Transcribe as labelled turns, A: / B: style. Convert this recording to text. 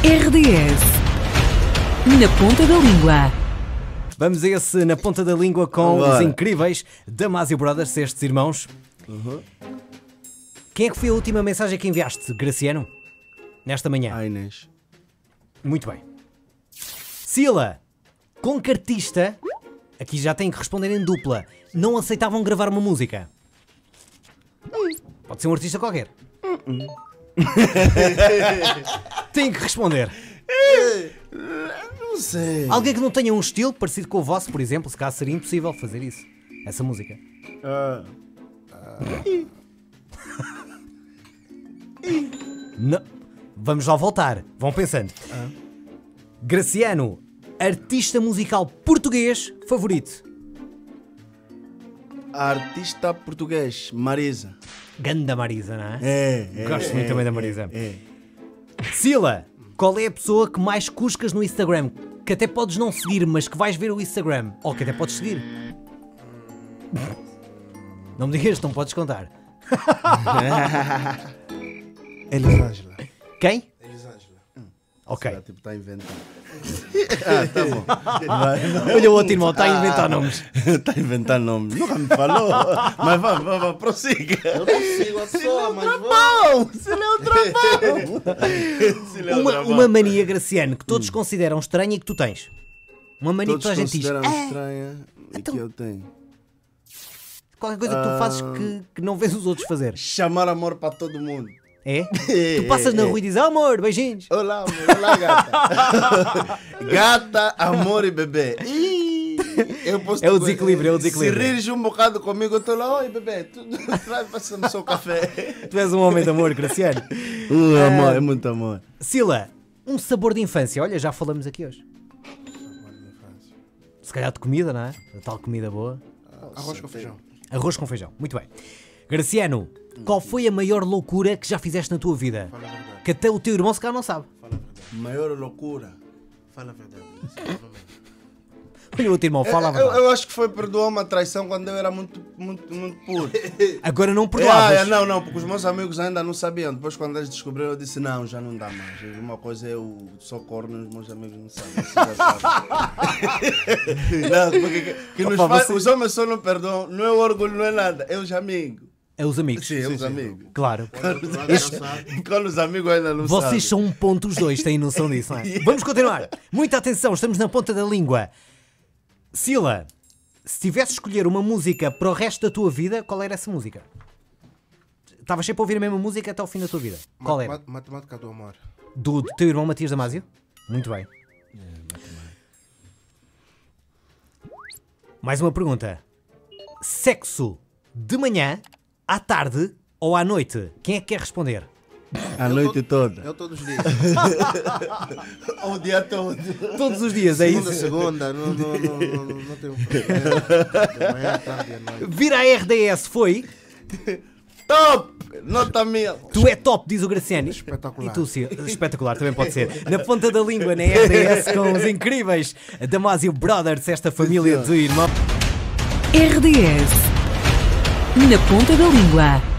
A: RDS. Na ponta da língua.
B: Vamos a esse na ponta da língua com
C: Bora.
B: os incríveis Damasio Brothers, estes irmãos. Quem é que foi a última mensagem que enviaste, Graciano? Nesta manhã.
C: Ah, Inês.
B: Muito bem. Sila, com que artista, aqui já tem que responder em dupla, não aceitavam gravar uma música? Pode ser um artista qualquer. tem que responder.
C: Não sei.
B: Alguém que não tenha um estilo parecido com o vosso, por exemplo, se caso seria impossível fazer isso. Essa música. Não. Vamos lá voltar. Vão pensando. Graciano, artista musical português favorito.
C: Artista português, Marisa.
B: Ganda Marisa, não é?
C: É, é,
B: Gosto muito
C: é,
B: também da Marisa.
C: É.
B: Sila, qual é a pessoa que mais cuscas no Instagram? Que até podes não seguir, mas que vais ver o Instagram. Ou que até podes seguir. Não me digas, não podes contar.
C: É
D: Elisângela.
B: Quem?
D: Elisângela.
B: Ok.
C: Tipo, está inventando.
B: Ah, tá Olha o outro irmão, tá está a inventar nomes.
C: Está a inventar Ah. Tá nomes. Nunca me falou. mas vá, vá, vá, prossiga.
D: Eu não sigo a pessoa, mas vou.
C: Se leu
B: Uma,
C: trabalho.
B: uma mania, Graciano, que todos consideram estranha e que tu tens. Uma mania que
C: Todos
B: toda a gente diz.
C: consideram
B: "Ah,
C: estranha e
B: então-
C: que eu tenho.
B: qualquer coisa que tu fazes
C: Ah.
B: que, que não vês os outros fazer.
C: Chamar amor para todo mundo.
B: É? tu passas
C: é,
B: na rua e dizes, "Ah, amor, beijinhos.
C: Olá, amor. Olá, gata. gata, amor e bebê. Ih, eu posso-
B: É o desequilíbrio, é o desequilíbrio.
C: Se rires um bocado comigo, eu estou lá, oi bebê, tu traz passa-me só o café.
B: Tu és um homem de amor, Graciano.
C: Uh, amor, é muito amor.
B: Sila, um sabor de infância. Olha, já falamos aqui hoje. Se calhar de comida, não é? A tal comida boa.
D: Ah, Arroz com feijão.
B: Arroz com feijão. Muito bem. Graciano, qual foi a maior loucura que já fizeste na tua vida?
D: Fala a verdade.
B: Que até o teu irmão se calhar não sabe.
D: Fala a verdade.
C: Maior loucura.
D: Fala a verdade. Não mente.
B: Olha o outro irmão, fala a
C: eu,
B: verdade.
C: eu acho que foi perdoar uma traição quando eu era muito, muito, muito puro.
B: Agora não perdoavas.
C: Ah, é, não, não, porque os meus amigos ainda não sabiam. Depois, quando eles descobriram, eu disse: Não, já não dá mais. Uma coisa é o socorro, os meus amigos não sabem. vocês já sabem. não, porque que- que nos
B: Opa,
C: faz-
B: você-
C: os homens só não perdoam, não é orgulho, não é nada, é os amigos.
B: É os amigos.
C: Sim, é os amigos.
B: Claro.
C: Quando os amigos ainda não sabem.
B: Vocês são um ponto os dois, têm noção disso, não é? Vamos continuar. Muita atenção, estamos na ponta da língua. Sila, se tivesse de escolher uma música para o resto da tua vida, qual era essa música? Estavas sempre a ouvir a mesma música até ao fim da tua vida. Qual era?
D: Mat- Matemática do amor.
B: Do, do teu irmão Matias Damasio? Muito bem. Mais uma pergunta. Sexo de manhã, à tarde ou à noite? Quem é que quer responder?
C: A noite toda.
D: Eu É todos os dias. um
C: O dia todo.
B: Todos os dias, é
D: Segunda,
B: isso?
D: segunda. Não, não, não, não, não, não tenho um problema. É, De manhã, à tarde e à noite.
B: Vir à RDS foi.
C: Top! Nota mil.
B: Tu é top, diz o Graciano.
D: Espetacular.
B: E tu, sim, espetacular, também pode ser. Na ponta da língua, na RDS, com os incríveis Damasio Brothers, esta família de irmãos.
A: RDS. Na ponta da língua.